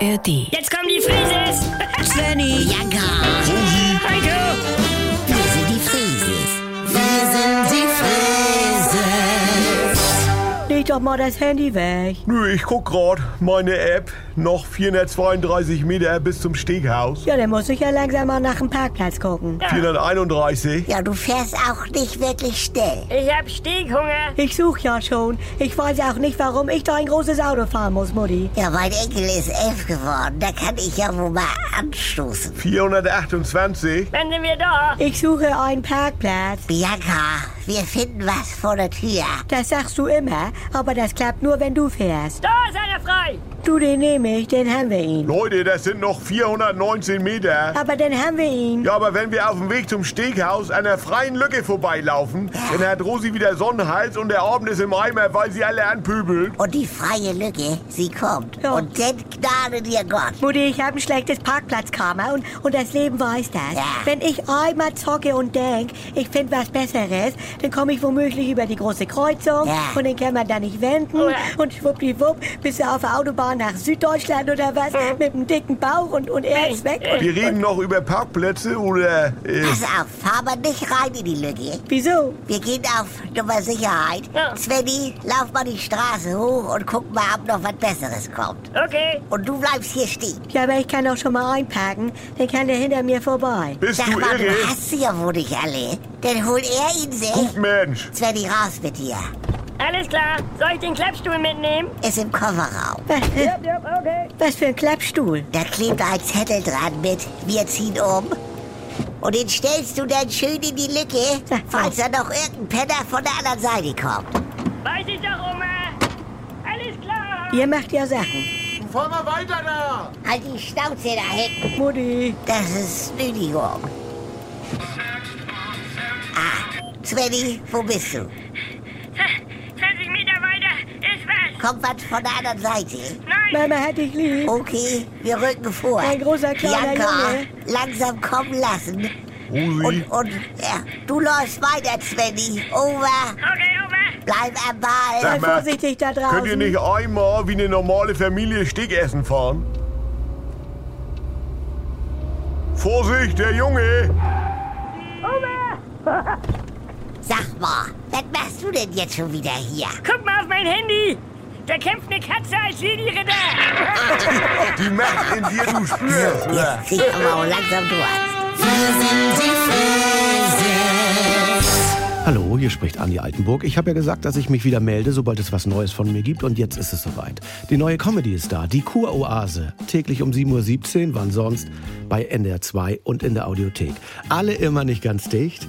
ARD. Jetzt kommen die Frises! Svenny, Ja, gar. Heiko! Wir sind die Frieses. Wir sind die Frieses. leg doch mal das Handy weg. Nö, ich guck grad, meine App, noch 432 Meter bis zum Steghaus. Ja, dann muss ich ja langsam mal nach dem Parkplatz gucken. 431. Ja, du fährst auch nicht wirklich schnell. Ich hab Steghunger. Ich such ja schon. Ich weiß auch nicht, warum ich da ein großes Auto fahren muss, Mutti. Ja, mein Enkel ist elf geworden. Da kann ich ja wohl mal anstoßen. 428. Dann sind wir da. Ich suche einen Parkplatz. Bianca, wir finden was vor der Tür. Das sagst du immer, aber das klappt nur, wenn du fährst. Da ist einer frei. Du, den nehme ich, den haben wir ihn. Leute, das sind noch 419 Meter. Aber dann haben wir ihn. Ja, aber wenn wir auf dem Weg zum Steghaus an der freien Lücke vorbeilaufen, dann hat Rosi wieder Sonnenhals und der Abend ist im Eimer, weil sie alle anpöbelt. Und die freie Lücke, sie kommt. Ja. Und dann gnade dir Gott. Mutti, ich habe ein schlechtes Parkplatzkarma und, und das Leben weiß das. Ja. Wenn ich einmal zocke und denk, ich finde was Besseres, dann komme ich womöglich über die große Kreuzung Ja. und den kann man da nicht wenden Oh ja. und schwuppdiwupp bist du auf der Autobahn nach Süddeutschland oder was Mhm. mit einem dicken Bauch und, und er ist weg. Und, Wir reden noch über Parkplätze oder... Äh, Pass auf, fahr mal nicht rein in die Lücke. wieso? Wir gehen auf Nummer Sicherheit. Ja. Svenny, lauf mal die Straße hoch und guck mal, ob noch was Besseres kommt. Okay. Und du bleibst hier stehen. Ja, aber ich kann auch schon mal einparken, dann kann der hinter mir vorbei. bist Sag du mal, irre? du hast sie ja wohl nicht alle. Dann hol er ihn sich. Mensch, Svenny, raus mit dir. Alles klar. Soll ich den Klappstuhl mitnehmen? Ist im Kofferraum. Was, Jupp, jupp, okay. was für ein Klappstuhl. Da klebt ein Zettel dran mit Wir ziehen um. Und den stellst du dann schön in die Lücke, Ja. falls da noch irgendein Penner von der anderen Seite kommt. Weiß ich doch, Oma. Alles klar. Ihr macht ja Sachen. Fahr mal weiter da! Halt die Schnauze da hinten. Mutti. Das ist Nötigung. Ah, Svenny, wo bist du? 20 Meter weiter ist was. Kommt was von der anderen Seite? Nein. Mama hat dich Oh, lieb. Okay, wir rücken vor. Ein großer, kleiner Bianca, Junge. langsam kommen lassen. Rosi, Und, und ja, du läufst weiter, Svenny. Over. Okay, Oma. Bleib am Ball. Sag Sei mal, vorsichtig da draußen. könnt ihr nicht einmal wie eine normale Familie Stegessen fahren? Vorsicht, der Junge! Oma. Sag mal, was machst du denn jetzt schon wieder hier? Guck mal auf mein Handy. Da kämpft eine Katze als Seelenritter. Die Macht in dir, du spürst. ne? Jetzt zieh aber auch langsam durch. Hallo, hier spricht Andi Altenburg. Ich habe ja gesagt, dass ich mich wieder melde, sobald es was Neues von mir gibt. Und jetzt ist es soweit. Die neue Comedy ist da, die Kuroase. Täglich um 7.17 Uhr, wann sonst? Bei NDR 2 und in der Audiothek. Alle immer nicht ganz dicht.